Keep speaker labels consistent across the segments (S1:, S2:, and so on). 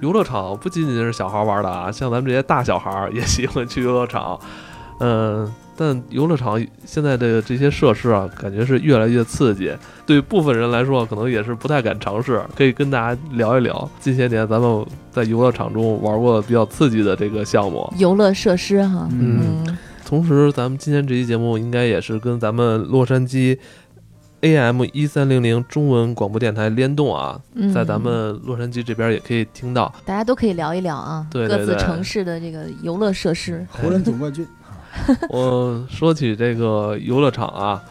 S1: 游乐场不仅仅是小孩玩的啊，像咱们这些大小孩也喜欢去游乐场。嗯，但游乐场现在的这些设施啊，感觉是越来越刺激。对部分人来说，可能也是不太敢尝试。可以跟大家聊一聊近些年咱们在游乐场中玩过比较刺激的这个项目。
S2: 游乐设施哈，
S1: 嗯
S2: 嗯，
S1: 同时，咱们今天这期节目应该也是跟咱们洛杉矶 AM 一三零零中文广播电台联动啊，
S2: 嗯
S1: 在咱们洛杉矶这边也可以听到。
S2: 大家都可以聊一聊啊，
S1: 对对
S2: 各
S1: 对嗯
S2: 自城市的这个游乐设施。
S3: 湖人总冠军，
S1: 我说起这个游乐场啊，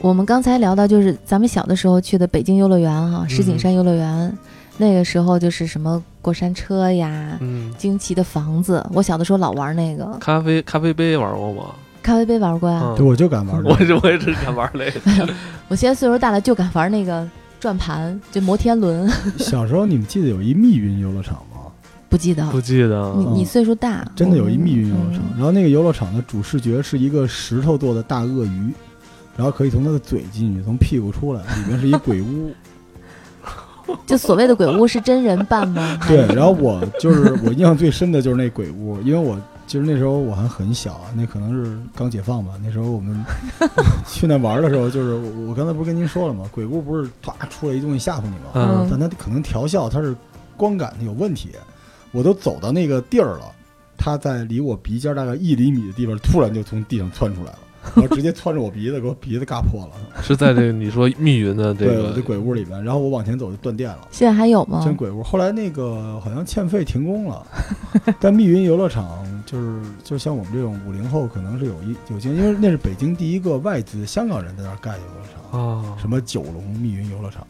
S2: 我们刚才聊到，就是咱们小的时候去的北京游乐园哈、
S1: 嗯
S2: 石景山游乐园，那个时候就是什么过山车呀。
S1: 嗯，
S2: 惊奇的房子，我小的时候老玩那个
S1: 咖啡咖啡杯玩过吗？
S2: 咖啡杯玩过呀、
S1: 嗯
S3: 对，我就敢玩这
S1: 我
S3: 个。
S1: 是我也是敢玩 那个，
S2: 我现在岁数大了就敢玩那个转盘，就摩天轮，
S3: 小时候你们记得有一密云游乐场吗？
S2: 不记得。
S1: 不记得嗯
S2: 你
S1: 了。
S2: 你岁数大，
S3: 真的有一
S2: 我
S3: 啊
S2: 们
S3: 密云游乐场，
S2: 嗯
S3: 然后那个游乐场的主视觉是一个石头做的大鳄鱼，然后可以从它的嘴进去，从屁股出来，里面是一鬼屋。？
S2: 就所谓的鬼屋是真人扮吗
S3: 对，然后我就是我印象最深的就是那鬼屋，因为我其实那时候我还很小啊，那可能是刚解放吧。那时候我们去那玩的时候，就是我我刚才不是跟您说了吗？鬼屋不是啪出来一东西吓唬你吗？
S1: 嗯
S3: 但它可能调校它是光感它有问题，我都走到那个地儿了，它在离我鼻尖儿大概一厘米的地方，突然就从地上窜出来了。然后直接窜着我鼻子，给我鼻子嘎破了。
S1: 是在这个你说密云的这
S3: 对，我
S1: 个
S3: 在鬼屋里边，然后我往前走就断电了。
S2: 现在还有吗？
S3: 真鬼屋。后来那个好像欠费停工了，但密云游乐场就是就像我们这种五零后，可能是有一有经，因为那是北京第一个外资香港人在那儿盖的游乐
S2: 哦
S3: 场，
S1: 啊，
S3: 什么九龙密云游乐场。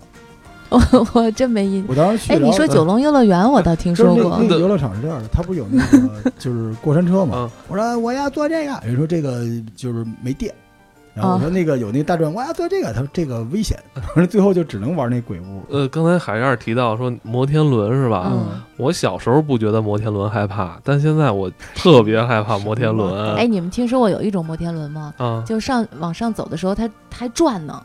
S2: 我 我真没印。
S3: 我当时去，
S2: 哎，你
S3: 然后
S2: 说九龙游乐园，我倒听
S3: 就是
S2: 说
S3: 那
S2: 过
S1: 嗯
S3: 那。个游乐场是这样的，它不是有那个 就是过山车嘛
S1: 嗯？
S3: 我说我要坐这个，人说这个就是没电。然后我说
S2: 嗯
S3: 那个有那大转，我要坐这个，他说这个危险， 反正最后就只能玩那鬼屋。
S1: 呃，刚才海燕儿提到说摩天轮是吧？
S2: 嗯，
S1: 我小时候不觉得摩天轮害怕，但现在我特别害怕摩天轮。
S2: 哎，你们听说过有一种摩天轮吗？
S1: 啊，
S2: 哎就上往上走的时候，它它还转呢，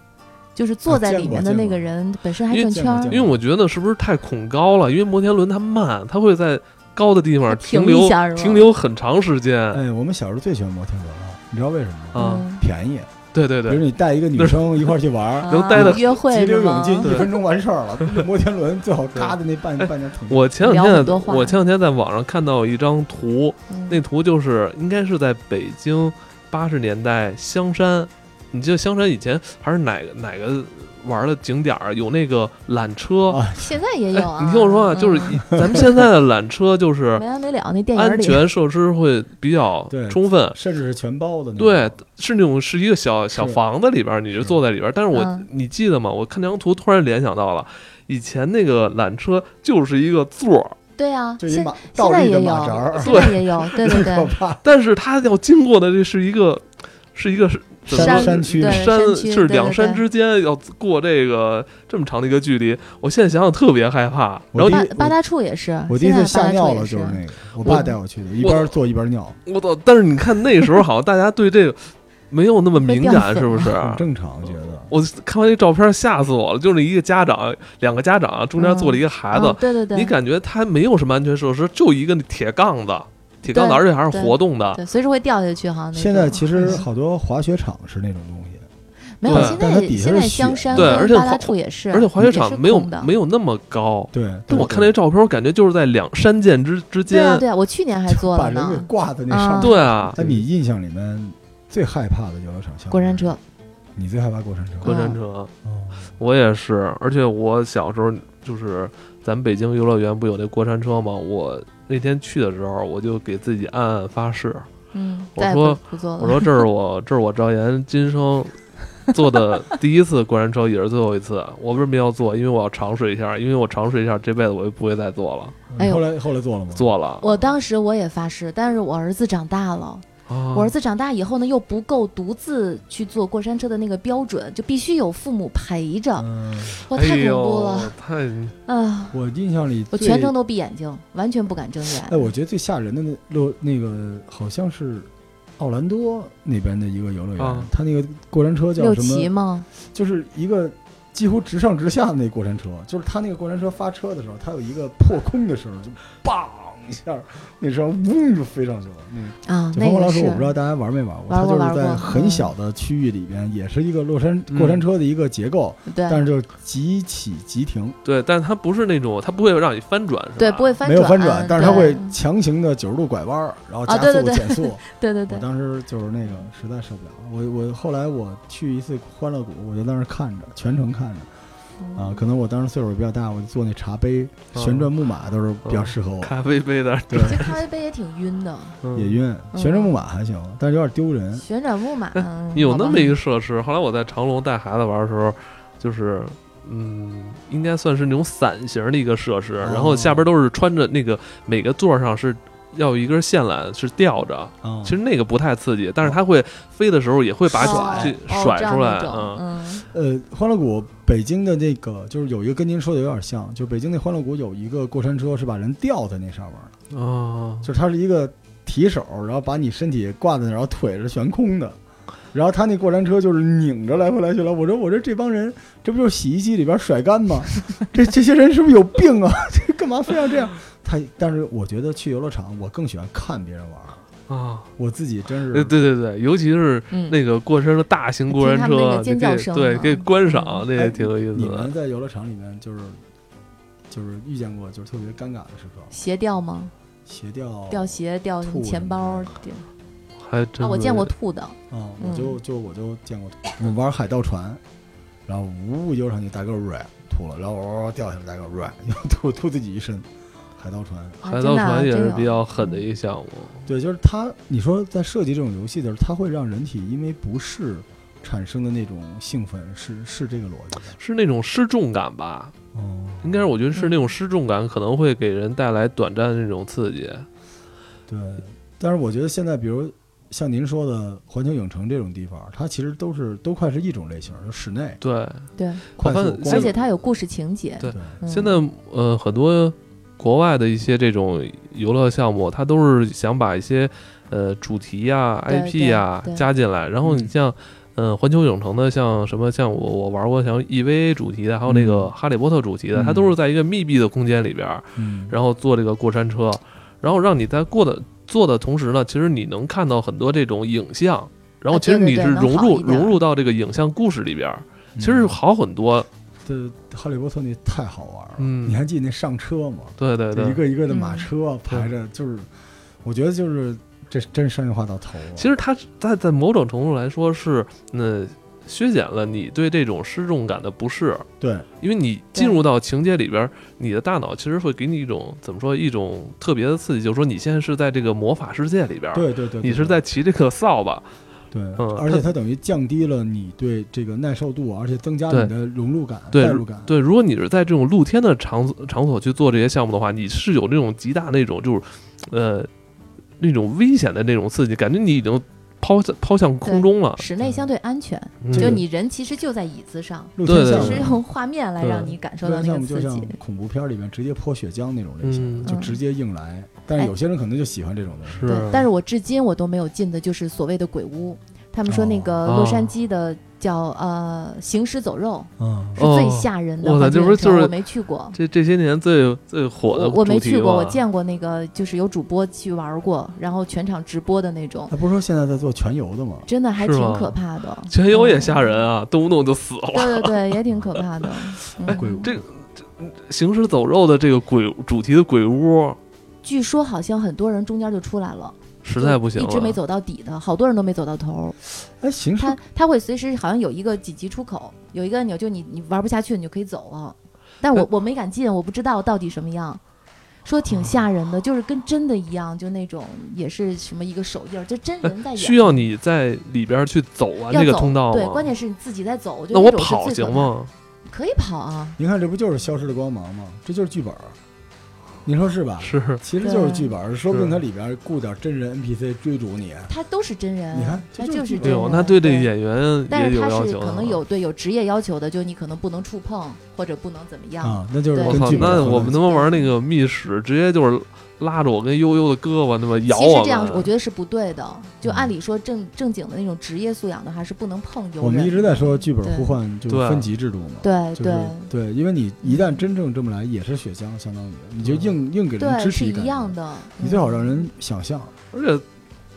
S2: 就是坐
S3: 啊
S2: 在
S3: 见
S2: 里
S3: 过
S2: 面的
S3: 见
S2: 那
S3: 过
S2: 个人本身还
S1: 因为
S2: 转
S3: 见
S2: 圈
S3: 过
S2: 儿
S3: 见
S1: 因。为我觉得是不是太恐高了？因为摩天轮它慢，它会在高的地
S2: 它
S1: 方
S2: 停
S1: 停
S2: 一
S1: 留
S2: 下是吧
S1: 停留很长时间
S3: 哎，我们小时候最喜欢摩天轮了，你知道为什么吗？
S1: 啊。
S2: 嗯
S3: 便宜，
S1: 对对
S3: 比如
S1: 对，
S3: 你带一个女生一块儿去玩儿，
S1: 能
S2: 啊
S1: 待得
S2: 约会
S3: 急
S2: 是
S3: 流
S2: 吗
S3: 勇进，
S1: 对
S3: 一分钟完事儿了。 摩天轮最好嘎的那半半截腿，
S1: 我前两
S2: 聊很
S1: 天
S2: 多话
S1: 我前两天在网上看到一张图，
S2: 嗯
S1: 那图就是应该是在北京八十年代香山，你记得香山以前还是哪个哪个玩的景点儿有那个缆车？
S3: 啊
S2: 现在也
S1: 哎
S2: 哦有啊。
S1: 你听我说啊，就是
S2: 嗯
S1: 以咱们现在的缆车就是
S2: 没完没了那电影
S1: 安
S2: 里。
S1: 全设施会比较
S3: 对
S1: 充分，
S3: 甚至是全包的那种。
S1: 对，是那种是一个小小
S3: 是
S1: 房子里边儿，你就坐在里边儿。但是我、
S2: 嗯
S1: 你记得吗？我看那张图突然联想到了，以前那个缆车就是一个座儿，
S2: 对啊，
S3: 就一
S2: 现
S3: 马
S2: 现
S3: 倒
S2: 在
S3: 立
S2: 也
S3: 的马
S2: 有，
S3: 扎儿，
S2: 现在也有， 对对
S3: 最
S2: 对
S3: 可。怕。
S1: 但是它要经过的这是一个是一个是怎么
S2: 山
S1: 说
S3: 山区
S2: 对
S1: 山
S2: 区
S1: 是
S2: 对
S1: 两
S2: 对
S1: 山
S2: 对
S1: 之间要过这个这么长的一个距离，我现在想想特别害怕。然
S3: 我
S1: 后
S3: 第
S2: 八
S3: 一
S2: 八大处也是，
S3: 我第一次吓
S2: 现在八大
S3: 尿
S2: 处也
S3: 了，就是那个，
S1: 我
S3: 我爸带我去的，一边坐一边尿，
S1: 我操！但是你看那时候好像大家对这个没有那么敏
S2: 掉
S1: 感，
S2: 粉
S1: 是 不是？
S2: 嗯
S3: 很正常，觉得。
S1: 我看完那照片吓死我了，就是一个家长，两个家长中间坐了一个孩子
S2: 啊，对对对，
S1: 你感觉它没有什么安全设施，就一个铁杠子，铁杠子，
S2: 对
S1: 而且还是活动的。
S2: 对随时会掉下去哈。那
S3: 现在
S2: 种
S3: 其实好多滑雪场是那种东西，
S2: 没有
S1: 对，
S2: 现
S3: 但它
S2: 在
S3: 底下
S2: 现在
S3: 是
S2: 香
S3: 雪
S2: 山
S1: 对而
S2: 跟
S1: 且
S2: 八大
S1: 滑
S2: 处也是，
S1: 而且滑雪
S2: 也
S1: 场
S2: 是
S1: 没有
S2: 空的
S1: 没有那么高，
S3: 对。
S1: 但
S3: 对
S1: 我看那照片，我感觉就是在两山涧之之
S2: 对啊
S1: 间。
S2: 对啊，我去年还做
S3: 把
S2: 了
S3: 人给
S2: 呢，
S3: 挂在那上
S2: 啊
S3: 面。
S1: 对啊，
S3: 在你印象里面最害怕的游乐场项目？
S2: 过山车。，
S3: 你最害怕过山车？
S1: 过山
S2: 嗯
S1: 车，
S3: 哦
S1: 我也是。而且我小时候就是咱们北京游乐园不有那过山车吗？我那天去的时候，我就给自己暗暗发誓，
S2: 嗯，
S1: 我
S2: 再也
S1: 说
S2: 不不做了。
S1: 我说这是我 这是我赵岩今 生坐的第一次过山车，也是最后一次。我为什么要坐？因为我要尝试一下，因为我尝试一下，这辈子我就不会再坐了。
S2: 哎呦
S3: 哦后来后来做了吗？
S1: 坐了，
S2: 我当时我也发誓，但是我儿子长大了，
S1: 啊
S2: 我儿子长大以后呢，又不够独自去坐过山车的那个标准，就必须有父母陪着，
S3: 嗯，
S2: 哇，太
S1: 哎
S2: 恐
S1: 呦
S2: 怖了，
S1: 太
S2: 啊！
S3: 我印象里
S2: 我
S3: 最
S2: 全程都闭眼睛，完全不敢睁眼。
S3: 哎，我觉得最吓人的那乐那个好像是奥兰多那边的一个游乐园，
S1: 啊
S3: 它那个过山车叫
S2: 嗯六
S3: 什
S2: 旗
S3: 么？
S2: 吗？
S3: 就是一个几乎直上直下的那过山车，就是他那个过山车发车的时候，它有一个破空的时候，就梆一下，那车嗡就飞上去了。那个
S2: 啊，
S3: 九
S2: 那
S3: 峰王老
S2: 个
S3: 师，
S2: 是
S3: 我不知道大家玩没玩过，
S2: 玩过
S3: 它
S2: 玩
S3: 就是在
S2: 过
S3: 很
S2: 嗯
S3: 小的区域里边，也是一个过山过山车的一个结构，但
S2: 嗯对
S3: 是就急起急停，
S1: 对，但它不是那种，它不会让你翻转，是吧？
S2: 对，不会翻嗯
S3: 没有翻转，但是它会
S2: 对
S3: 强行的九十度拐弯儿，然后
S2: 啊
S3: 加
S2: 对对
S3: 速
S2: 对
S3: 减速。
S2: 对对
S3: 我
S2: 对，
S3: 当时就是那个实在受不了，我我后来我去一次欢乐谷，我就在那儿看着，全程看着啊。可能我当时岁数也比较大，我就坐那茶杯
S1: 嗯
S3: 旋转木马都是比较适合
S2: 哦
S3: 我，
S1: 咖啡杯的，
S3: 对
S2: 其实咖啡杯也挺晕的，
S1: 嗯
S3: 也晕。旋转木马还行，但是有点丢人。
S2: 旋转木马
S1: 哎
S2: 嗯
S1: 有那么一
S2: 个
S1: 个设施。后来我在长隆带孩子玩的时候，就是嗯，应该算是那种伞形的一个设施，
S3: 哦
S1: 然后下边都是穿着那个每个座上是。要有一根线缆是吊
S2: 哦
S1: 着，
S3: 啊，
S1: 嗯其实那个不太刺激，但是它会飞的时候也会把
S2: 哦
S3: 甩
S1: 这甩出来，嗯，
S2: 嗯
S3: 呃，欢乐谷北京的那个就是有一个跟您说的有点像，就是北京那欢乐谷有一个过山车是把人吊在那上面的，
S1: 哦，
S3: 就是它是一个提手，然后把你身体挂在那儿，然后腿是悬空的。然后他那过山车就是拧着来回来去了，我说我说这帮人，这不就是洗衣机里边甩干吗？ 这这些人是不是有病啊？ 这干嘛非要这样？他但是我觉得去游乐场，我更喜欢看别人玩儿，
S1: 啊，
S3: 我自己真
S1: 对
S3: 是
S1: 对对对，尤其是
S2: 嗯，
S1: 那个过山车，大型过山
S2: 听他们那
S1: 车，
S2: 个
S1: 你
S2: 尖
S1: 可
S2: 叫
S1: 以
S2: 声
S1: 对
S2: 啊
S1: 可以观赏，那也挺有意
S3: 你
S1: 思
S2: 哎
S1: 的
S3: 们。在游乐场里面就是就是遇见过就是特别尴尬的时刻，
S2: 鞋掉吗？
S3: 鞋
S1: 哦
S3: 掉
S2: 掉鞋掉什么
S3: 吐
S2: 钱包
S3: 什么
S2: 掉
S1: 还真
S2: 啊？我见
S1: 没有
S2: 过吐的，
S3: 啊，
S1: 嗯
S3: 我就就我就见过，我玩海盗船，然后呜游上去，大个儿软吐了，然后嗷掉下来，大个儿软 又吐吐自己一身。海盗船，
S1: 海
S2: 啊真
S1: 盗
S2: 的啊
S1: 船也
S2: 真
S1: 是
S2: 有
S1: 比较狠的一个项目，
S3: 对，就是它。你说在设计这种游戏的时候，它会让人体因为不适产生的那种兴奋，是是这个逻辑的。
S1: 是那种失重感吧？
S3: 哦，
S1: 应该是我觉得是那种失重感可能会给人带来短暂的那种刺激。
S3: 对。但是我觉得现在，比如像您说的环球影城这种地方，它其实都是都快是一种类型，就室内
S1: 对，
S2: 对，
S3: 快速
S1: 发现
S3: 光影，
S2: 而且它有故事情节。
S1: 对
S3: 对
S2: 嗯
S1: 现在呃很多国外的一些这种游乐项目，它都是想把一些呃主题呀、
S2: 对
S1: IP 呀、
S2: 对对
S1: 加进来，然后你
S3: 嗯
S1: 像。嗯，环球影城的像什么，像我我玩过像 EVA 主题的，还有那个
S3: 嗯
S1: 哈利波特主题的，它
S3: 嗯
S1: 都是在一个密闭的空间里边儿，
S3: 嗯，
S1: 然后坐这个过山车，然后让你在过的坐的同时呢，其实你能看到很多这种影像，然后
S2: 啊
S1: 其实
S2: 对对
S1: 你是
S2: 对能
S1: 融
S2: 好
S1: 入
S2: 一点
S1: 融入到这个影像故事里边儿，其实
S3: 嗯
S1: 好很多。
S3: 对哈利波特那太好玩了。
S1: 嗯
S3: 你还记得那上车吗？
S1: 对对
S3: 就
S1: 对，
S3: 一个一个的马
S2: 嗯
S3: 车排着，就是我觉得就是这真商业化到头了。啊
S1: 其实它在在某种程度来说是那削减了你对这种失重感的不适，
S3: 对，
S1: 因为你进入到情节里边儿，你的大脑其实会给你一种怎么说一种特别的刺激，就是说你现在是在这个魔法世界里边儿，
S3: 对对对，
S1: 你
S3: 对
S1: 是在骑这个扫把，
S3: 对，
S1: 嗯
S3: 而且它等于降低了你对这个耐受度，而且增加
S1: 对
S3: 了你的融入感、
S1: 对
S3: 代入感。
S1: 对，如果你是在这种露天的场所场所去做这些项目的话，你是有那种极大那种就是，呃，那种危险的那种刺激，感觉你已经抛向抛向空中了。
S2: 室内相对安全，
S1: 嗯
S2: 就
S3: 这个
S2: 你人其实就在椅子上，
S3: 露
S1: 对
S3: 天
S1: 对
S3: 项
S2: 只
S3: 目，
S2: 是
S1: 对
S2: 用画面来
S1: 对
S2: 让你感受到
S3: 露天
S2: 那个
S3: 项目就
S2: 刺
S3: 像
S2: 激。
S3: 恐怖片里面直接泼血浆那种类型，
S1: 嗯，
S3: 就
S2: 嗯哎
S3: 直接硬来。但是有些人可能就喜欢这种东西。
S1: 是
S2: 对，，但是我至今我都没有进的，就是所谓的鬼屋。他们说那个
S1: 哦
S2: 洛杉矶的叫呃行尸走肉
S3: 嗯
S2: 是最吓人的
S1: 哦哇塞
S2: 环球
S1: 这不是
S2: 影城
S1: 就是
S2: 我没去过，
S1: 这这些年最最火的
S2: 我我
S1: 主
S2: 没
S1: 题
S2: 去过，
S1: 嘛
S2: 我见过那个就是有主播去玩过，然后全场直播的那种
S3: 他，不是说现在在做全游的吗？
S2: 真的还
S1: 是
S2: 挺
S1: 吗
S2: 可怕的。
S1: 全游
S2: 嗯
S1: 也吓人啊，动不动就死了。
S2: 对对对，也挺可 怕的。
S3: 哎
S2: 嗯
S3: 鬼屋
S1: 这个行尸走肉的这个鬼主题的鬼屋，
S2: 据说好像很多人中间就出来了，
S1: 实在不行
S2: 一
S1: 了，哎
S2: 直没走到底的，好多人都没走到 头。
S3: 哎，行尸
S2: 它它会随时好像有一个紧急出口，有一个按钮，就你你玩不下去，你就可以走了。但
S1: 哎
S2: 我我没敢进，我不知道到底什么样。说挺吓人的，就是跟真的一样，就那种也是什么一个手印儿，就真人在
S1: 哎
S2: 演。
S1: 需要你在里边去走完
S2: 要
S1: 啊这个
S2: 走
S1: 通道
S2: 对，
S1: 吗
S2: 关键是你自己在走。就
S1: 那我
S2: 种是
S1: 跑
S2: 最
S1: 行
S2: 可怕？
S1: 吗？
S2: 可以跑啊，
S3: 您看，这不就是《消失的光芒》吗？这就是剧本儿，您说是吧？
S1: 是，
S3: 其实就是
S2: 对
S3: 剧本儿，说不定
S1: 是
S3: 它里边儿雇点真人 NPC 追逐你。
S2: 他都是真人。
S3: 你看这
S2: 他
S3: 就是
S1: 哎
S2: 是
S3: 剧
S2: 真
S3: 本
S1: 呦
S2: 人。，啊
S1: 那对这
S2: 对
S1: 演员
S2: 但
S1: 也
S2: 是
S1: 有
S2: 他
S1: 要
S2: 是
S1: 求
S2: 可
S1: 啊
S2: 能有对有职业要求的，就你可能不能触碰或者不能怎么样。
S3: 啊，那就是
S2: 对
S1: 我
S3: 跟
S1: 操
S3: 剧，本
S1: 那
S3: 儿合
S1: 我们
S3: 在一
S1: 他
S3: 起
S1: 妈玩那个密室，直接就是拉着我跟悠悠的胳膊，那么咬
S2: 其实
S1: 我
S2: 这样我
S1: 们。
S2: 觉得是不对的。就按理说正正经的那种职业素养的话，是不能碰游人。
S3: 嗯我们一直在说剧本互换就是
S1: 对
S3: 分级制度嘛，
S2: 对
S3: 就
S2: 对
S3: 是对，因为你一旦真正这么来，也是血浆，相当于你
S1: 嗯
S3: 就硬硬给人
S2: 对
S3: 支
S2: 是
S3: 持
S2: 一样，的。
S3: 你最好
S2: 嗯
S3: 让人想象，
S1: 而且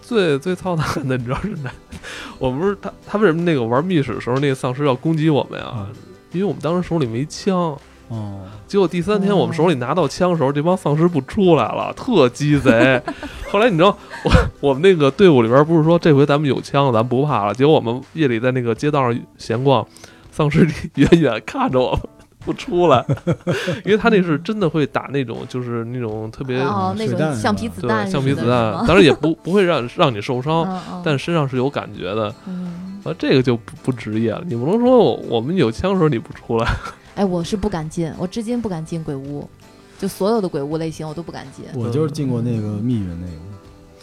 S1: 最最操蛋的，你知道是哪？ 我们不是他他为什么那个玩密室的时候那个丧尸要攻击我们呀、
S3: 嗯
S1: 因为我们当时手里没枪，
S3: 哦，
S1: 结果第三天
S2: 哦
S1: 我们手里拿到枪的时候，这帮丧尸不出来了，特鸡 贼。后来你知道，我我们那个队伍里边不是说这回咱们有枪了，咱不怕了。结果我们夜里在那个街道上闲逛，丧尸远远看着我们不出 来，因为他那是真的会打那种就是那种特别、
S2: 哦，那
S3: 水弹
S2: 种
S3: 是
S2: 橡
S3: 吧
S2: 皮子弹
S1: 对
S2: 似的，
S1: 橡皮子
S2: 是
S1: 弹，
S2: 吗
S1: 当然也不不会让让你受伤，
S2: 嗯嗯，
S1: 但身上是有感觉的。
S2: 嗯，
S1: 啊，这个就不不职业了，你不能说我我们有枪的时候你不出来。
S2: 哎，我是不敢进，我至今不敢进鬼屋，就所有的鬼屋类型我都不敢进。
S3: 我就是进过那个密云那个。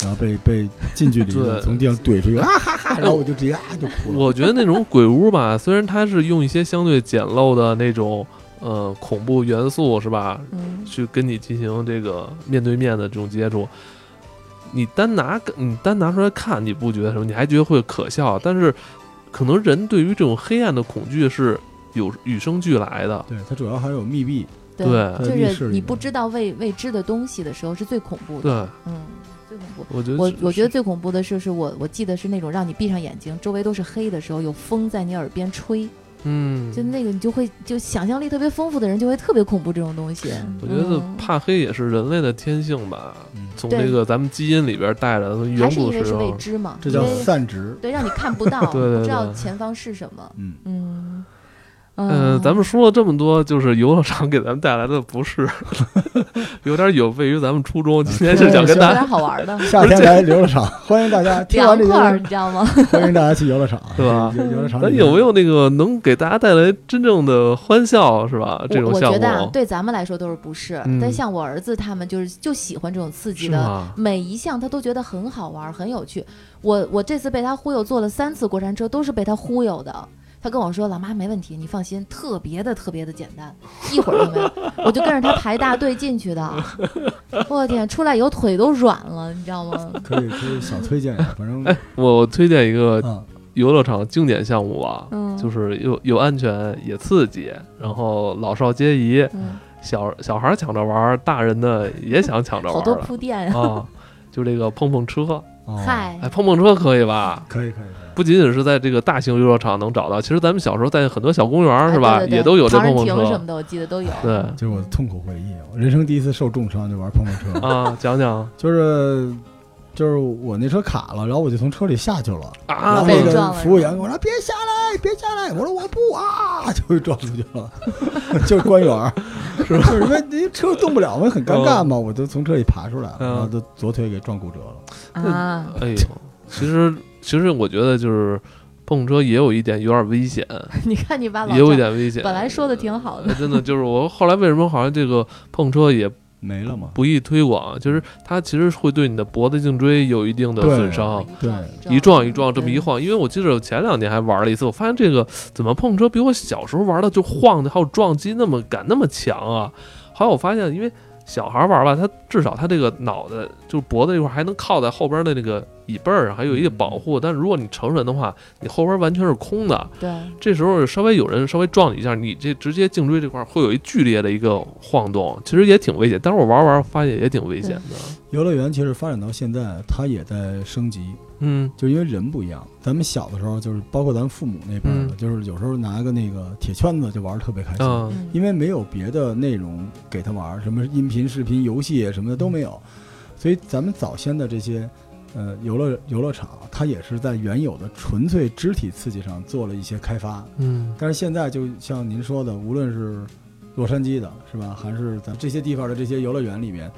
S3: 然后被被近距离的
S1: 对
S3: 从地上怼出去，啊哈哈！然后我就直接啊就哭了。
S1: 我觉得那种鬼屋吧， 虽然它是用一些相对简陋的那种呃恐怖元素是吧，
S2: 嗯，
S1: 去跟你进行这个面对面的这种接触，你单拿你单拿出来看，你不觉得什么，你还觉得会可笑，但是可能人对于这种黑暗的恐惧是有与生俱来的。
S3: 对，它主要还有密闭，
S1: 对
S3: 在密
S2: 就
S3: 室
S2: 是
S3: 里
S2: 你
S3: 面
S2: 不知道未未知的东西的时候是最恐怖的。
S1: 对，
S2: 嗯，最恐怖。
S1: 我觉得
S2: 我
S1: 是
S2: 我觉得最恐怖的是，是我我记得是那种让你闭上眼睛，周围都是黑的时候，有风在你耳边吹，
S1: 嗯，
S2: 就那个你就会就想象力特别丰富的人就会特别恐怖这种东西。
S1: 我觉得
S2: 嗯
S1: 怕黑也是人类的天性吧，
S3: 嗯，
S1: 从
S2: 对
S1: 那个咱们基因里边带着，从
S2: 还
S1: 远
S2: 是
S1: 古
S2: 因为
S1: 时
S2: 是未
S1: 候，
S2: 知嘛，
S3: 这
S2: 因
S3: 叫
S2: 为
S3: 散值。
S2: 对让你看不到，
S1: 对对
S2: 不知道
S1: 对
S2: 前方是什么。
S3: 嗯，，
S2: 嗯，
S1: 嗯，
S2: 嗯，
S1: 咱们说了这么多，就是游乐场给咱们带来的不适， 有点有悖于咱们初衷。今天
S2: 对
S1: 就想跟
S2: 说
S1: 大
S2: 点
S1: 家，
S2: 好玩的
S3: 夏天来游乐场，欢迎大家听
S2: 凉
S3: 完这
S2: 快儿，
S3: 些
S2: 你，知道吗？
S3: 欢迎大家去游乐场，
S1: 对吧
S3: 游游乐场里
S1: 咱
S3: 面
S1: 有没有那个能给大家带来真正的欢笑，是吧？ 这
S2: 我
S1: 种
S2: 我
S1: 项
S2: 觉得啊，
S1: 目
S2: 对咱们来说都是不是，
S1: 嗯
S2: 但像我儿子他们就是就喜欢这种刺激
S1: 是
S2: 的。
S1: 吗？
S2: 每一项他都觉得很好玩，很有趣。我我这次被他忽悠坐了三次过山车，都是被他忽悠的。他跟我说：“老妈没问题，你放心，特别的特别的简单，一会儿都没有。”我就跟着他排大队进去的。我的天，出来以后腿都软了，你知道吗？
S3: 可以可以小推荐一下，反正
S1: 哎，我推荐一个
S3: 嗯，
S1: 游乐场经典项目吧，
S2: 嗯，
S1: 就是又又安全也刺激，然后老少皆宜，
S2: 嗯，
S1: 小小孩抢着玩，大人的也想抢着
S2: 好
S1: 玩
S2: 多
S1: 了
S2: 铺垫呀。
S1: 啊。就这个碰碰车，
S3: 哦，
S2: 嗨
S1: 哎，，碰碰车可以吧？
S3: 可以可以可
S1: 不仅仅是在这个大型游乐场能找到，其实咱们小时候在很多小公园儿
S2: 哎
S1: 是吧，
S2: 对对对
S1: 也都有这
S2: 唐
S1: 碰碰
S2: 人亭什
S1: 车
S2: 么。的，我记得都有。
S1: 对
S3: 以，就是我的痛苦回忆，我人生第一次受重伤就玩碰碰车，
S1: 啊，讲 讲
S3: 就是就是我那车卡了，然后我就从车里下去了，然
S1: 啊
S3: 后，
S2: 被
S3: 那
S2: 撞了
S3: 个服务员跟我说别下来，别下来，我说我不啊， 就被撞出去了，就是官员 儿，是吧？因为那车动不了嘛，很尴尬嘛，我就从车里爬出来了，
S1: 哦嗯
S3: 然后就左腿给撞骨折了，
S2: 啊，
S1: 哎呦，其实其实我觉得就是碰碰车也有一点有点危险，
S2: 你看你把啊老
S1: 也有一
S2: 赵
S1: 点危险。
S2: 本来说的挺好的
S1: 哎，真的就是我后来为什么好像这个碰车也
S3: 没了嘛。
S1: 不易推广，就是它其实会对你的脖子、颈椎有一定的
S3: 对
S1: 嗯损伤。
S2: 嗯
S3: 对
S1: 一撞一撞，这么一
S2: 对
S1: 晃，因为我记得我前两年还玩了一次，我发现这个怎么碰车比我小时候玩的就晃的还有撞击那么感那么强啊！后来我发现，因为小孩玩吧，他至少他这个脑袋就是脖子这块还能靠在后边的那个椅背儿上，还有一个保护。但如果你成人的话，你后边完全是空的，
S2: 对，嗯
S1: 这时候稍微有人稍微撞你一下，你这直接颈椎这块会有一剧烈的一个晃动，其实也挺危险。但是我玩玩发现也挺危险的，
S3: 游乐园其实发展到现在，它也在升级，
S1: 嗯
S3: 就因为人不一样。咱们小的时候，就是包括咱们父母那辈儿的，
S1: 嗯
S3: 就是有时候拿个那个铁圈子就玩的特别开心，
S1: 嗯
S2: 嗯
S3: 因为没有别的内容给他玩，什么音频、视频、游戏什么的都没有，所以咱们早先的这些。呃，游乐游乐场，它也是在原有的纯粹肢体刺激上做了一些开发，
S1: 嗯
S3: 但是现在就像您说的，无论是洛杉矶的是吧，还是咱这些地方的这些游乐园里面，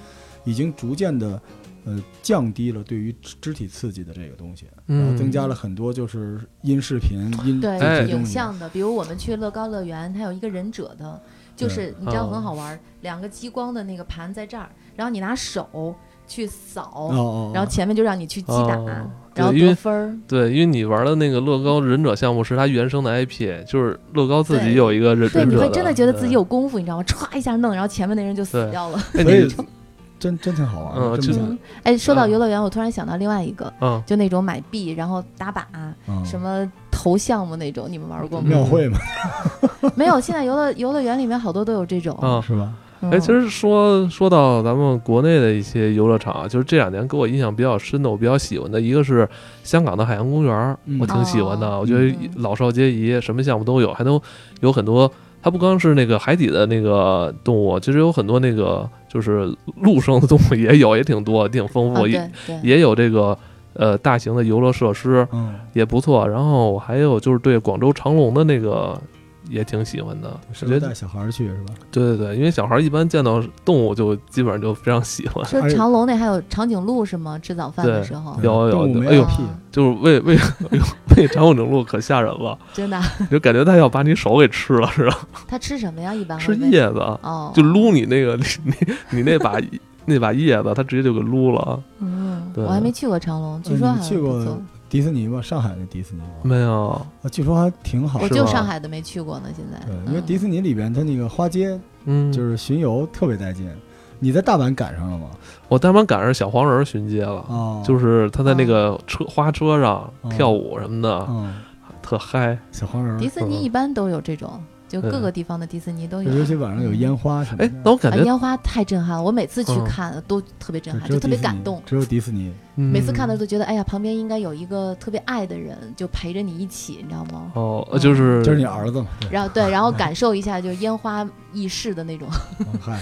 S3: 已经逐渐的呃降低了对于肢肢体刺激的这个东西，然后
S1: 嗯，
S3: 增加了很多就是音视频、音
S2: 对，
S1: 哎
S3: 这
S2: 有
S3: 些
S2: 影
S3: 东西。
S2: 像的，比如我们去乐高乐园，它有一个忍者的，就是你知道很好玩，两个激光的那个盘在这儿，然后你拿手去
S3: 哦
S2: 扫，
S3: 哦，
S2: 然后前面就让你去击打啊
S1: 哦，
S2: 然后
S1: 对因为
S2: 得分儿。
S1: 对，因为你玩的那个乐高忍者项目是它原生的 IP，就是乐高自己
S2: 对
S1: 有一个忍
S2: 对，
S1: 忍
S2: 你
S1: 者
S2: 会真的觉得自己
S1: 有。
S2: 有功夫，你知道吗？歘一下弄，然后前面那人就死掉了。
S1: 哎
S3: 所以
S1: 你
S3: 真真挺好玩
S1: 嗯
S3: 的，真
S1: 就
S3: 不假
S1: 是
S3: 的
S2: 嗯，哎，说到游乐园，我突然想到另外一个，
S1: 嗯，
S2: 就那种买币然后打靶，
S3: 嗯
S2: 什么投项目那种，你们玩过吗？
S3: 庙会嘛，
S2: 没有，现在游乐游乐园里面好多都有这种。
S1: 啊
S3: 是吧？
S2: 嗯
S1: 哎，其实说说到咱们国内的一些游乐场啊，就是这两年给我印象比较深的，我比较喜欢的一个是香港的海洋公园儿，
S3: 嗯
S1: 我挺喜欢的。
S2: 哦
S1: 我觉得
S2: 嗯
S1: 老少皆宜，什么项目都有，还能有很多。它不光是那个海底的那个动物，其实有很多那个就是陆生的动物也有，也挺多，挺丰富，
S2: 啊，对
S1: 也
S2: 对，
S1: 也有这个呃大型的游乐设施
S3: 嗯，
S1: 也不错。然后还有就是对广州长隆的那个也挺喜欢的，
S3: 是
S1: 我觉
S3: 不是
S1: 得
S3: 带小孩儿去是吧？
S1: 对对对，因为小孩一般见到动物就基本上就非常喜欢，
S2: 说
S3: 而且
S2: 长隆那还有长颈鹿是吗？吃早饭的
S1: 对
S2: 时候，
S1: 有有
S3: 动物
S1: 有
S3: 没
S1: 哎呦
S3: 屁
S2: 啊
S1: 就是喂喂哎呦喂长颈鹿可吓人 了，
S2: 真的啊，
S1: 你就感觉它要把你手给吃了似的，
S2: 它吃什么呀？一般
S3: 啊
S2: 会
S1: 吃
S2: 喂
S1: 叶子，
S2: 哦，
S1: 就撸你那个 你你你那 把那把叶子，它直接就给撸了。
S2: 嗯，
S1: 对
S2: 我还没去过长隆，据
S3: 嗯
S2: 说
S3: 你
S2: 好像
S3: 去
S2: 不
S3: 过
S2: 错。
S3: 迪士尼吧，上海那迪士尼吧，
S1: 没有，
S3: 啊，据说还挺好
S2: 我
S1: 是。
S2: 就
S1: 吗
S2: 上海的没去过呢，现在。
S3: 对，因为
S2: 嗯
S3: 迪士尼里边它那个花街
S1: 嗯，
S3: 就是巡游特别带劲。你在大阪赶上了吗？
S1: 我当晚赶上小黄人巡街了，
S3: 哦，
S1: 就是是他在那个车花车上
S3: 哦
S1: 跳舞什么的，
S3: 嗯，
S1: 特嗨。
S3: 小黄人
S2: 迪
S3: 儿，
S2: 士尼一般都有这种，就各
S1: 嗯
S2: 个地方的迪士尼都有。
S3: 尤其晚上有烟花什么的。
S1: 哎，那我感
S2: 啊，
S1: 觉
S2: 烟花太震撼了，我每次去
S1: 嗯
S2: 看都特别震撼，
S3: 只有
S2: 啊就特别
S3: 迪士尼
S2: 感动。
S3: 只有迪士尼。
S2: 每次看
S1: 到
S2: 到都觉得，哎呀，旁边应该有一个特别爱的人，就陪着你一起，你知道吗？
S1: 哦，呃
S2: 嗯
S1: 就是
S3: 就是你儿子嘛，
S2: 然后
S1: 啊
S2: 对，然后感受一下就烟花易逝的 那种。
S3: 对，嗯嗨，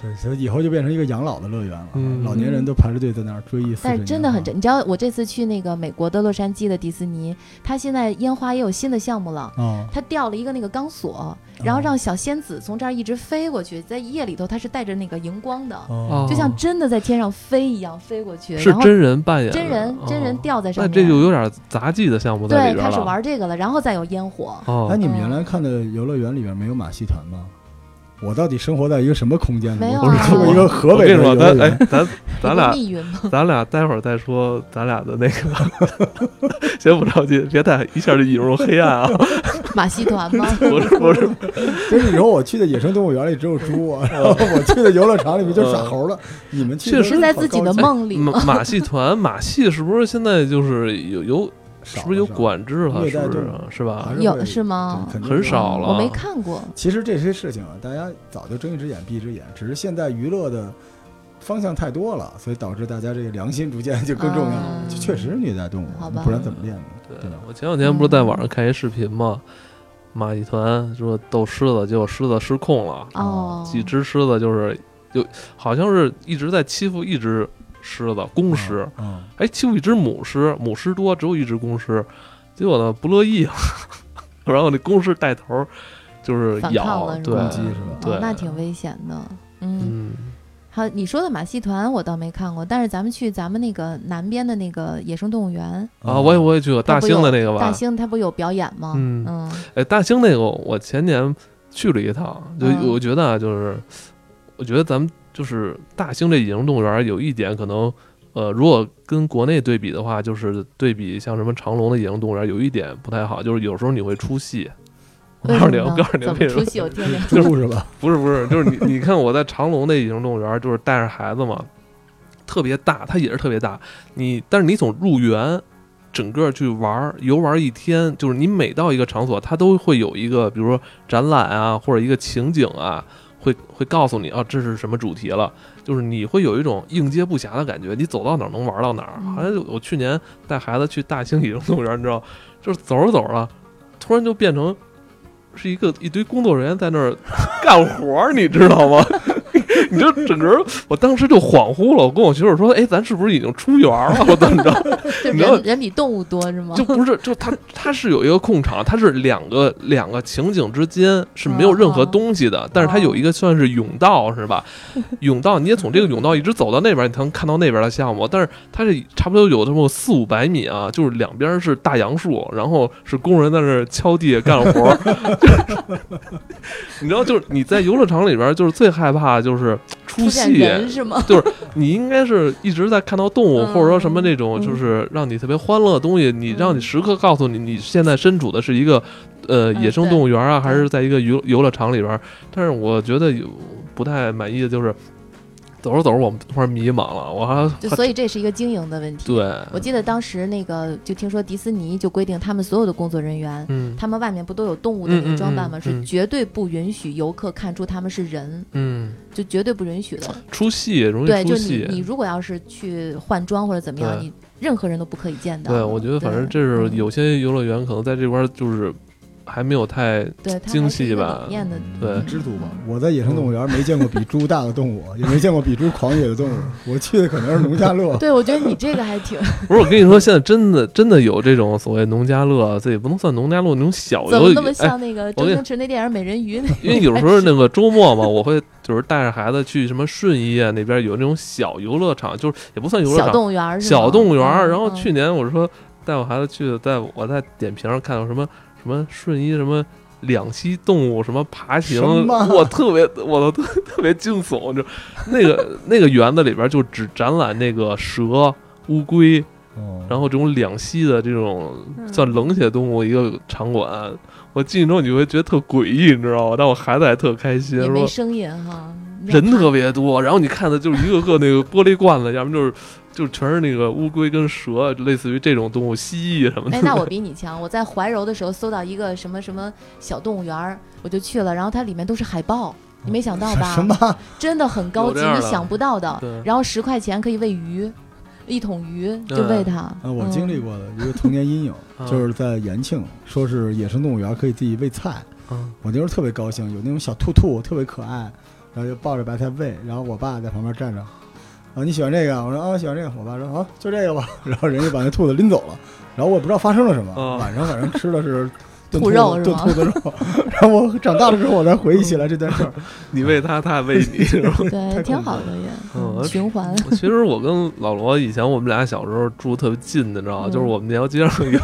S3: 对，所以以后就变成一个养老的乐园了，
S1: 嗯
S3: 老年人都排着队在那儿追忆。
S2: 但是真的很真，你知道我这次去那个美国的洛杉矶的迪士尼，它现在烟花也有新的项目了。
S3: 啊，
S2: 它掉了一个那个钢索，然
S1: 啊
S2: 后让小仙子从这儿一直飞过去，在夜里头它是带着那个荧光的，
S3: 哦
S2: 就像真的在天上飞一样飞过去。
S1: 是
S2: 然后
S1: 真人扮演的，
S2: 真人真人
S1: 哦
S2: 掉在上
S1: 那
S2: 面，
S1: 这就有点杂技的项目在
S2: 对，
S1: 里边
S2: 开
S1: 了。
S2: 始玩这个了，然后再有烟火。
S3: 哎，
S1: 哦，
S3: 你们原来看的游乐园里边没有马戏团吗？我到底生活在一个什么空间里？
S2: 没有
S3: 我只
S2: 啊
S3: 住过一个河
S1: 我
S3: 北
S1: 跟你
S3: 的游
S1: 说，
S3: 乐
S1: 咱哎
S3: 园，，
S1: 咱咱俩
S2: 密云吗？
S1: 咱俩待会儿再说咱俩的那个， 先不着急，别太一下就引入黑暗啊！
S2: 马戏团吗？
S1: 不是 不是，
S3: 就是以后我去的野生动物园里只有猪啊，然后
S1: 嗯
S3: 我去的游乐场里面就是傻猴了。你们去
S1: 确实
S2: 是在自己的梦里吗？
S1: 马马戏团马戏是不是现在就是有有
S3: 是
S1: 是不是有管制了？
S3: 虐
S1: 是
S3: 待
S1: 不是啊
S3: 动
S1: 是吧？
S2: 有是吗
S1: 很嗯少了
S2: 我没看过。
S3: 其实这些事情啊，大家早就睁一只眼闭一只眼，只是现在娱乐的方向太多了，所以导致大家这个良心逐渐就更重要了。
S2: 啊
S3: 这确实是虐待动物啊
S2: 好吧，
S3: 不然怎么练呢？对
S1: 对
S3: 吧？，
S1: 我前两天不是在网上看一视频吗？
S3: 嗯
S1: 马戏团说斗狮子，结果狮子失控了，
S2: 哦，
S1: 几只狮子就是有好像是一直在欺负一只狮子公狮，
S3: 嗯，
S1: 哎，欺负一只母狮，母狮多，只有一只公狮，结果呢不乐意了， 然后那公狮带头就是
S2: 反抗
S1: 咬
S2: 了，是
S1: 对
S2: 吧
S3: 攻击是吧
S1: 对
S2: 哦，那挺危险的。嗯，
S1: 嗯
S2: 好，你说的马戏团我倒没看过，但是咱们去咱们那个南边的那个野生动物园，
S3: 嗯
S1: 啊，我也我也去过大兴的那个
S2: 大
S1: 吧，
S2: 兴它不有表演吗？
S1: 嗯哎，大兴那个我前年去了一趟，就
S2: 嗯
S1: 我觉得啊，就是我觉得咱们就是大兴这野生动物园有一点可能。呃，如果跟国内对比的话，就是对比像什么长隆的野生动物园，有一点不太好，就是有时候你会出戏。我
S2: 为
S1: 告诉
S2: 什么
S1: 你，我
S2: 呢
S1: 告诉你，
S2: 怎
S1: 为
S2: 么
S1: 什么
S2: 出戏？我听 听。
S3: 猪是吧？
S1: 不是不是，就是你你看我在长隆那野生动物园，就是带着孩子嘛，特别大，它也是特别大。你但是你从入园，整个去玩儿游玩一天，就是你每到一个场所，它都会有一个，比如说展览啊，或者一个情景啊，会会告诉你啊这是什么主题了，就是你会有一种应接不暇的感觉，你走到哪儿能玩到哪儿。
S2: 嗯
S1: 好像我去年带孩子去大兴野生动物园，你知道，就是走着走着，突然就变成。是一个一堆工作人员在那儿干活儿，你知道吗？ 你就整个人，我当时就恍惚了。我跟我媳妇儿说：“哎，咱是不是已经出园儿了？”我怎么着？
S2: 就
S1: 你知道
S2: 人人比动物多是吗？
S1: 就不是，就它它是有一个空场，它是两个两个情景之间是没有任
S2: 哦
S1: 何东西的，但是它有一个算是甬道是吧？ 甬道你也从这个甬道一直走到那边，你才能看到那边的项目。但是它是差不多有这么四五百米啊，就是两边是大杨树，然后是工人在那儿敲地干活。 你知道，就是你在游乐场里边，就是最害怕的就是出
S2: 出现
S1: 戏。
S2: 人是 吗？
S1: 你应该是一直在看到动物，
S2: 嗯
S1: 或者说什么那种，
S2: 嗯
S1: 就是让你特别欢乐的东西。你让你时刻告诉你，你现在身处的是一个呃
S2: 嗯
S1: 野生动物园啊，
S2: 对
S1: 还是在一个游游乐场里边儿。但是我觉得有不太满意的就是，走着走着，我们突然迷茫了，我还
S2: 就所以这是一个经营的问题。
S1: 对，
S2: 我记得当时那个就听说迪士尼就规定，他们所有的工作人员，
S1: 嗯
S2: 他们外面不都有动物的那
S1: 嗯嗯
S2: 个装扮吗？
S1: 嗯
S2: 是
S1: 嗯
S2: 绝对不允许游客看出他们是人，
S1: 嗯，
S2: 就绝对不允许的。
S1: 出戏容易
S2: 对，
S1: 出
S2: 就你
S1: 戏。
S2: 你如果要是去换装或者怎么样，
S1: 对
S2: 你任何人都不可以见到的。嗯
S1: 对，我觉得反正这是有些游乐园可能在这块儿就是还没有太
S2: 对它
S1: 精
S2: 还是
S1: 细
S2: 一个
S1: 吧
S2: 理念的
S1: 对
S3: 知足吧。我在野生动物园没见过比猪大的动物，也没见过比猪狂野的动物。我去的可能是农家乐。
S2: 对，我觉得你这个还 挺
S1: 不是，我跟你说，现在真的真的有这种所谓农家乐，啊这也不能算农家乐那种小
S2: 怎
S1: 游戏
S2: 么那么，
S1: 哎，
S2: 像那个
S1: 我
S2: 周
S1: 跟
S2: 星驰那电影《美人鱼》那
S1: 因为有时候 那个周末嘛，我会就是带着孩子去什么顺义啊那边有那种小游乐场，就是也不算游乐
S2: 小
S1: 场，
S2: 动物园儿是吗？
S1: 小动物园儿。
S2: 嗯
S1: 然后
S2: 嗯
S1: 去年我说带我孩子去，在我在点评上看到什么什么顺义什么。两栖动物什么爬行
S3: 什么，
S1: 我特别我都特特别惊悚，就那个那个园子里边就只展览那个蛇、乌龟，
S3: 哦
S1: 然后这种两栖的这种
S2: 嗯
S1: 算冷血动物一个场馆，我进去之后你会觉得特诡异，你知道吗？但我孩子还特开心，
S2: 也没
S1: 说
S2: 声音 哈，
S1: 人特别多，然后你看的就是一个个那个玻璃罐子，要么就是就全是那个乌龟跟蛇，类似于这种动物，蜥蜴什么的。
S2: 哎，那 我比你强。我在怀柔的时候搜到一个什么什么小动物园儿，我就去了，然后它里面都是海豹，你没想到吧？
S3: 什么？
S2: 真的很高
S1: 有
S2: 级，
S1: 这样
S2: 你
S1: 的
S2: 想不到的。
S1: 对
S2: 然后十块钱可以喂鱼，一桶鱼就喂它。嗯
S3: 啊，我经历
S2: 过。
S3: 过的一个童年阴影，
S2: 嗯
S1: 啊
S3: 就是在延庆，说是野生动物园可以自己喂菜，
S1: 嗯
S3: 我那时候特别高兴，有那种小兔兔特别可爱，然后就抱着白菜喂，然后我爸在旁边站着，啊你喜欢这个啊？我说啊喜欢这个，我爸说啊就这个吧，然后人家把那兔子拎走了，然后我也不知道发生了什么，
S1: 哦
S3: 晚上反正吃的是炖
S2: 兔肉是
S3: 炖
S2: 吗
S3: 兔子肉， 然后我长大的时候我才回忆起来这件事儿，
S2: 嗯
S1: 你喂它，它也喂你， 是吧？
S2: 对，
S3: 太
S2: 挺
S3: 恐怖
S2: 好
S3: 了
S2: 的也，
S1: 嗯
S2: 嗯循环。
S1: 其实我跟老罗以前我们俩小时候住特别近的，你知道吗？
S2: 嗯
S1: 就是我们那条街上有。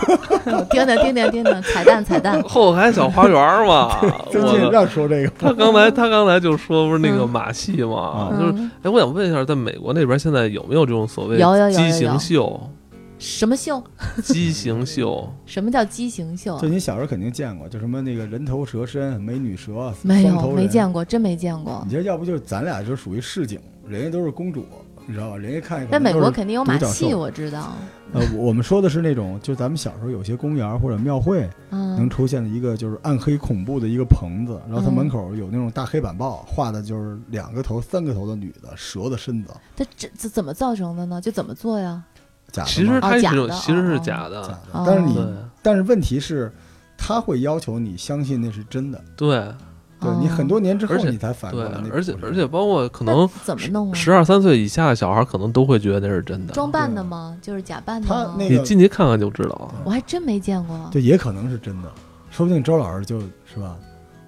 S2: 听听听听听听，彩蛋彩蛋
S1: 后海小花园 嘛。
S3: 最
S1: 我
S3: 近
S1: 的
S3: 让说这个，
S1: 他刚才他刚才就说不是那个
S2: 嗯
S1: 马戏嘛，
S3: 嗯
S1: 就是
S2: 嗯，
S1: 哎，我想问一下，在美国那边现在有没有这种所谓
S2: 有有有有
S1: 畸
S2: 有
S1: 形秀？
S2: 什么秀？
S1: 畸形秀，
S2: 什么叫畸形秀啊
S3: 就？你小时候肯定见过，就什么那个人头蛇身、美女蛇、
S2: 没
S3: 双
S2: 有，
S3: 头
S2: 没
S3: 人嗯
S2: 见过，真没见过
S3: 你。这要不就是咱俩就属于市井，人家都是公主，你知道吧？人家看一看。
S2: 在美国肯定有马
S3: 独角
S2: 戏，
S3: 兽
S2: 我知道。
S3: 呃，我我们说的是那种，就咱们小时候有些公园儿或者庙会能
S2: 嗯，
S3: 出现的一个就是暗黑恐怖的一个棚子，然后它
S2: 嗯
S3: 门口有那种大黑板报，画的就是两个头、三个头的女的，蛇的身子，
S2: 它这这怎么造成的呢？就怎么做呀？
S3: 假的
S1: 其实
S3: 嘛
S1: 它是一
S2: 哦假
S1: 种，
S2: 的
S1: 其实是
S2: 哦
S1: 假
S3: 假
S1: 的，
S3: 的，嗯但是
S2: 哦
S3: 你、
S1: 对
S3: 但是问题是，他会要求你相信那是真的，
S1: 对
S3: 对、
S2: 啊
S3: 你
S2: 哦
S3: 很多年之后
S1: 而且
S3: 你才反过
S1: 对
S3: 来那，
S1: 而且
S3: 不是
S1: 而且包括可
S2: 可
S1: 能
S2: 怎么弄啊？
S1: 十二三岁以下的小孩可能都会觉得那是真的，
S2: 装扮的吗？就是假扮的
S3: 他
S2: 吗？
S3: 那
S1: 你
S3: 个
S1: 进去看看就知道了。
S2: 我还真没见过，
S3: 对也可能是真的，说不定周老师就是吧，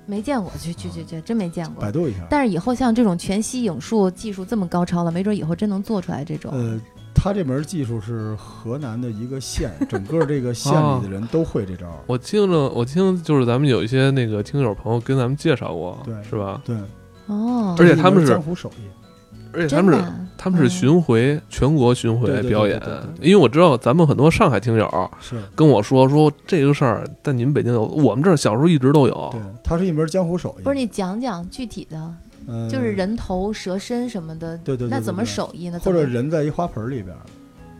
S2: 没见过，去去去去，真没见
S3: 百
S2: 过。
S3: 度一下。
S2: 但是以后像这种全息影术技术这么高超了，没准以后真能做出来这种。
S3: 呃，他这门技术是河南的一个县，整个这个县里的人都会 这招儿。
S2: 哦
S1: 我听着，我听就是咱们有一些那个听友朋友跟咱们介绍过，
S3: 对
S1: 是吧？
S3: 对，
S2: 哦
S1: 而，且他们
S3: 这一门
S1: 是
S3: 江湖手艺，
S1: 而且他
S2: 真
S1: 们
S2: 的
S1: 是
S2: 啊，
S1: 他们是巡回全国巡回
S3: 对对对
S1: 表
S3: 对
S1: 演
S3: 对对，
S1: 因为我知道咱们很多上海听友
S3: 是
S1: 跟我说说这个事儿，在你们北京有，我们这儿小时候一直都有
S3: 对，，它是一门江湖手
S2: 嗯
S3: 艺。
S2: 哦不是你讲讲具体的，
S3: 呃，
S2: 就是人头蛇身什么的，
S3: 对对对对
S2: 那怎么
S3: 嗯对
S2: 手艺呢？
S3: 或者
S2: 怎么嗯
S3: 人在一花盆里边儿，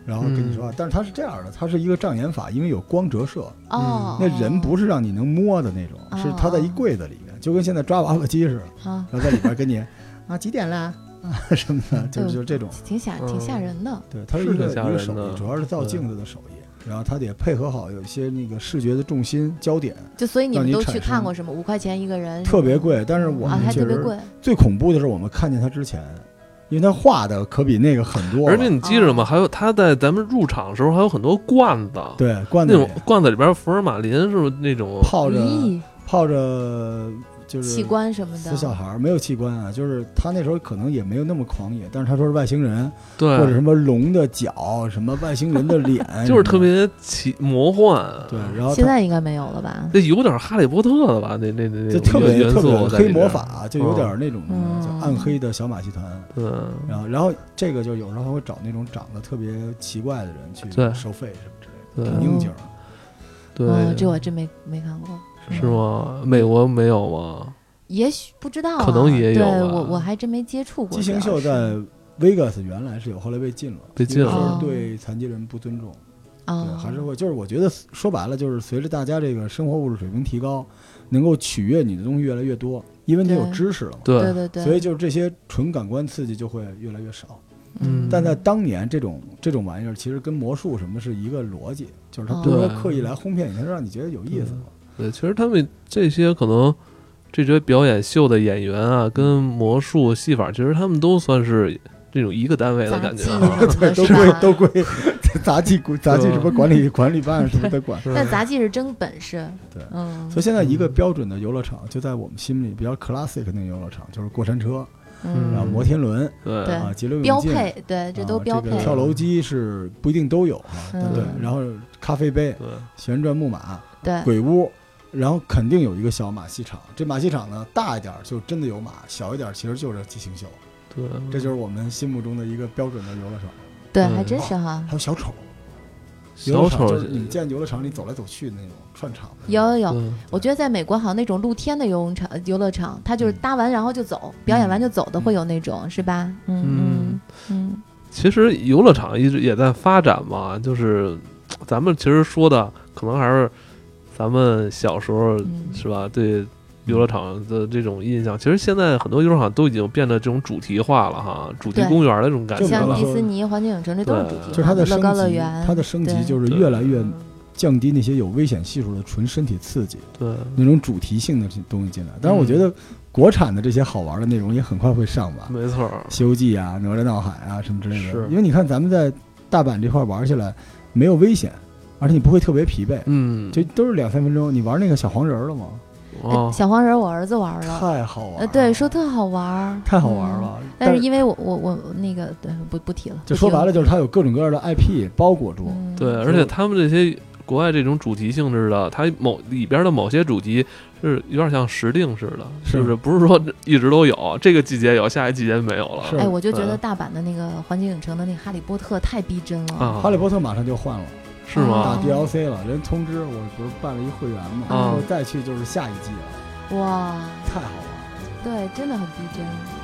S3: 然后跟你说话，但是它是这样的，它是一个障眼法，因为有光折射，
S2: 哦，
S3: 嗯那人不是让你能摸的那种，
S2: 哦
S3: 是它在一柜子里面，就跟现在抓娃娃机似的，
S2: 啊，
S3: 然后在里边跟 你啊几点啦啊 什么的，就是就这种。
S2: 挺吓挺吓
S1: 嗯
S2: 人的。
S3: 对，它
S1: 是
S3: 是一
S1: 挺
S3: 个
S1: 吓
S3: 一个
S1: 人
S3: 手
S1: 的
S3: 艺，主要是造
S1: 对
S3: 镜子的手艺，然后它得配合好有一些那个视觉的重心焦点，
S2: 就所以你们
S3: 让你
S2: 都
S3: 产
S2: 去
S3: 生
S2: 看过什么？五块钱一个人，
S3: 特别贵。但是我
S2: 嗯啊，
S3: 们
S2: 还
S3: 确
S2: 特别
S3: 实
S2: 贵。
S3: 最恐怖的是我们看见它之前，因为它画的可比那个很多了，
S1: 而且你记着吗？还有他在咱们入场的时候还有很多罐子，
S3: 对罐
S1: 那
S3: 子里
S1: 种罐子里边福尔马林是不是那种？
S3: 泡着
S2: 咦，
S3: 泡着就是
S2: 器官什么的，
S3: 死小孩儿没有器官啊，就是他那时候可能也没有那么狂野，但是他说是外星人
S1: 对，
S3: 或，者什么龙的脚，什么外星人的脸
S1: 就是
S3: 什
S1: 特
S3: 么的
S1: 别奇魔幻。
S3: 对，然后
S2: 现
S3: 他
S2: 在应该没有了吧？
S1: 这有点哈利波特的吧？那那那那
S3: 就特别
S1: 元
S3: 特
S1: 素
S3: 别
S1: 在
S3: 黑
S1: 里边
S3: 魔，法，啊就有点那种
S2: 嗯
S3: 叫暗黑的小马戏团。
S1: 嗯，
S3: 然后，然后这个就有时候还会找那种长得特别奇怪的人去
S1: 对
S3: 收费什么之类
S1: 对嗯
S3: 的，挺应景儿。
S2: 哦
S1: 对，
S2: 这我真没没看过，
S1: 是吗？美国没有吗？
S2: 也许不知道啊、
S1: 可能也有
S2: 对
S1: 吧
S2: 我我还真没接触过。
S3: 畸形
S2: 主要
S3: 秀
S2: 是
S3: 在 Vegas 原来是有，后来被禁了，
S1: 被禁了
S3: 因为说
S2: 哦
S3: 是对残疾人不尊重，对，
S2: 啊，
S3: 还是会就是我觉得说白了就是随着大家这个生活物质水平提高，能够取悦你的东西越来越多，因为你有
S2: 对
S3: 知识了嘛，
S2: 对
S1: 对，
S2: 对对，
S3: 所以就是这些纯感官刺激就会越来越少。
S1: 嗯
S3: 但在当年，这种这种玩意儿其实跟魔术什么是一个逻辑，就是它
S2: 哦
S3: 不是说
S1: 对
S3: 刻意来哄骗你，它是让你觉得有意思嘛。
S1: 对，其实他们这些可能这些表演秀的演员啊，跟魔术戏法，其实他们都算是这种一个单位的
S2: 杂
S1: 感觉
S2: 技
S1: 啊。
S3: 对，都
S2: 什么
S3: 归
S2: 的是
S3: 都
S2: 吧？
S3: 归杂技管杂技什么管理管理办什么的管。
S1: 是
S2: 但杂技是真本事，
S3: 对
S2: 嗯
S3: 所以现在一个标准的游乐场，就在我们心里比较 classic 的那种游乐场，就是过山车，
S2: 嗯
S3: 然后摩天轮
S2: 对
S1: 对
S3: 啊，急流
S2: 标
S3: 勇进，
S2: 配，对，这都
S3: 啊
S2: 标
S3: 个
S2: 配，
S3: 跳楼机是不一定都有啊，
S2: 嗯
S3: 对。然后咖啡杯、
S1: 对，
S3: 旋转木马、
S2: 对，
S3: 鬼屋，然后肯定有一个小马戏场。这马戏场呢，大一点儿就真的有马，小一点儿其实就是即兴秀。
S1: 对，
S2: 嗯
S3: 这就是我们心目中的一个标准的游乐场。
S2: 对，
S1: 嗯
S2: 还真是哈
S3: 还，有小丑，游
S1: 小
S3: 乐场
S1: 丑
S3: 就是你们见游乐场里走来走去的那种串场的。
S2: 有有有。
S1: 对
S2: 我觉得在美国好像那种露天的游泳场、游乐场，它就是
S3: 嗯
S2: 搭完然后就走，表演完就走的
S3: 嗯
S2: 会有那种，是吧？嗯
S1: 嗯
S2: 嗯
S1: 其实游乐场一直也在发展嘛，就是咱们其实说的可能还是咱们小时候
S2: 嗯
S1: 是吧？对游乐场的这种印象，其实现在很多游乐场都已经变得这种主题化了哈，主题
S2: 对
S1: 公园的这种感觉
S2: 嗯，
S3: 就
S2: 像
S3: 比
S1: 了
S3: 方。
S2: 迪
S3: 说
S2: 士尼、环球影城这都是主题
S1: 对
S2: 化，
S3: 就是它的升
S2: 乐
S3: 级
S2: 高乐园，，
S3: 它的升级
S2: 对
S3: 就是越来越降低那些有危险系数的纯身体刺激，
S1: 对，
S3: 那种主题性的东西进来。但是我
S2: 嗯
S3: 觉得国产的这些好玩的内容也很快会上吧，
S1: 没错儿
S3: 《西游记》啊、《哪吒闹海》啊什么之类的。
S1: 是
S3: 因为你看咱们在大阪这块玩起来没有危险，而且你不会特别疲惫，
S1: 嗯，
S3: 就都是两三分钟。你玩那个小黄人儿了吗？
S1: 哦
S2: 哎，小黄人，我儿子玩了，
S3: 太好玩了，
S2: 呃，对，说特好玩儿，
S3: 太好玩
S2: 嗯。
S3: 了。
S2: 但是因为我我我那个对不不提了，
S3: 就
S2: 不
S3: 说
S2: 提
S3: 白
S2: 了
S3: 了，就是它有各种各样的 IP 包裹住。
S2: 嗯
S1: 对，
S3: 就
S1: 而且他们这些国外这种主题性质的，它某里边的某些主题是有点像时令似的，
S3: 是
S1: 是不是？不是说一直都有，这个季节有，下一季节没有了。
S3: 是
S2: 哎，我就觉
S1: 嗯
S2: 得大阪的那个环球影城的那个《哈利波特》太逼真了
S1: 啊，
S3: 哈利波特马上就换了，
S1: 是吗
S3: 打
S2: 啊？
S3: DLC 了，人通知我不是办了一会员
S1: 啊
S3: 嘛，说再去就是下一季了，
S2: 哇，
S3: 太好玩了。
S2: 对，真的很逼真。嗯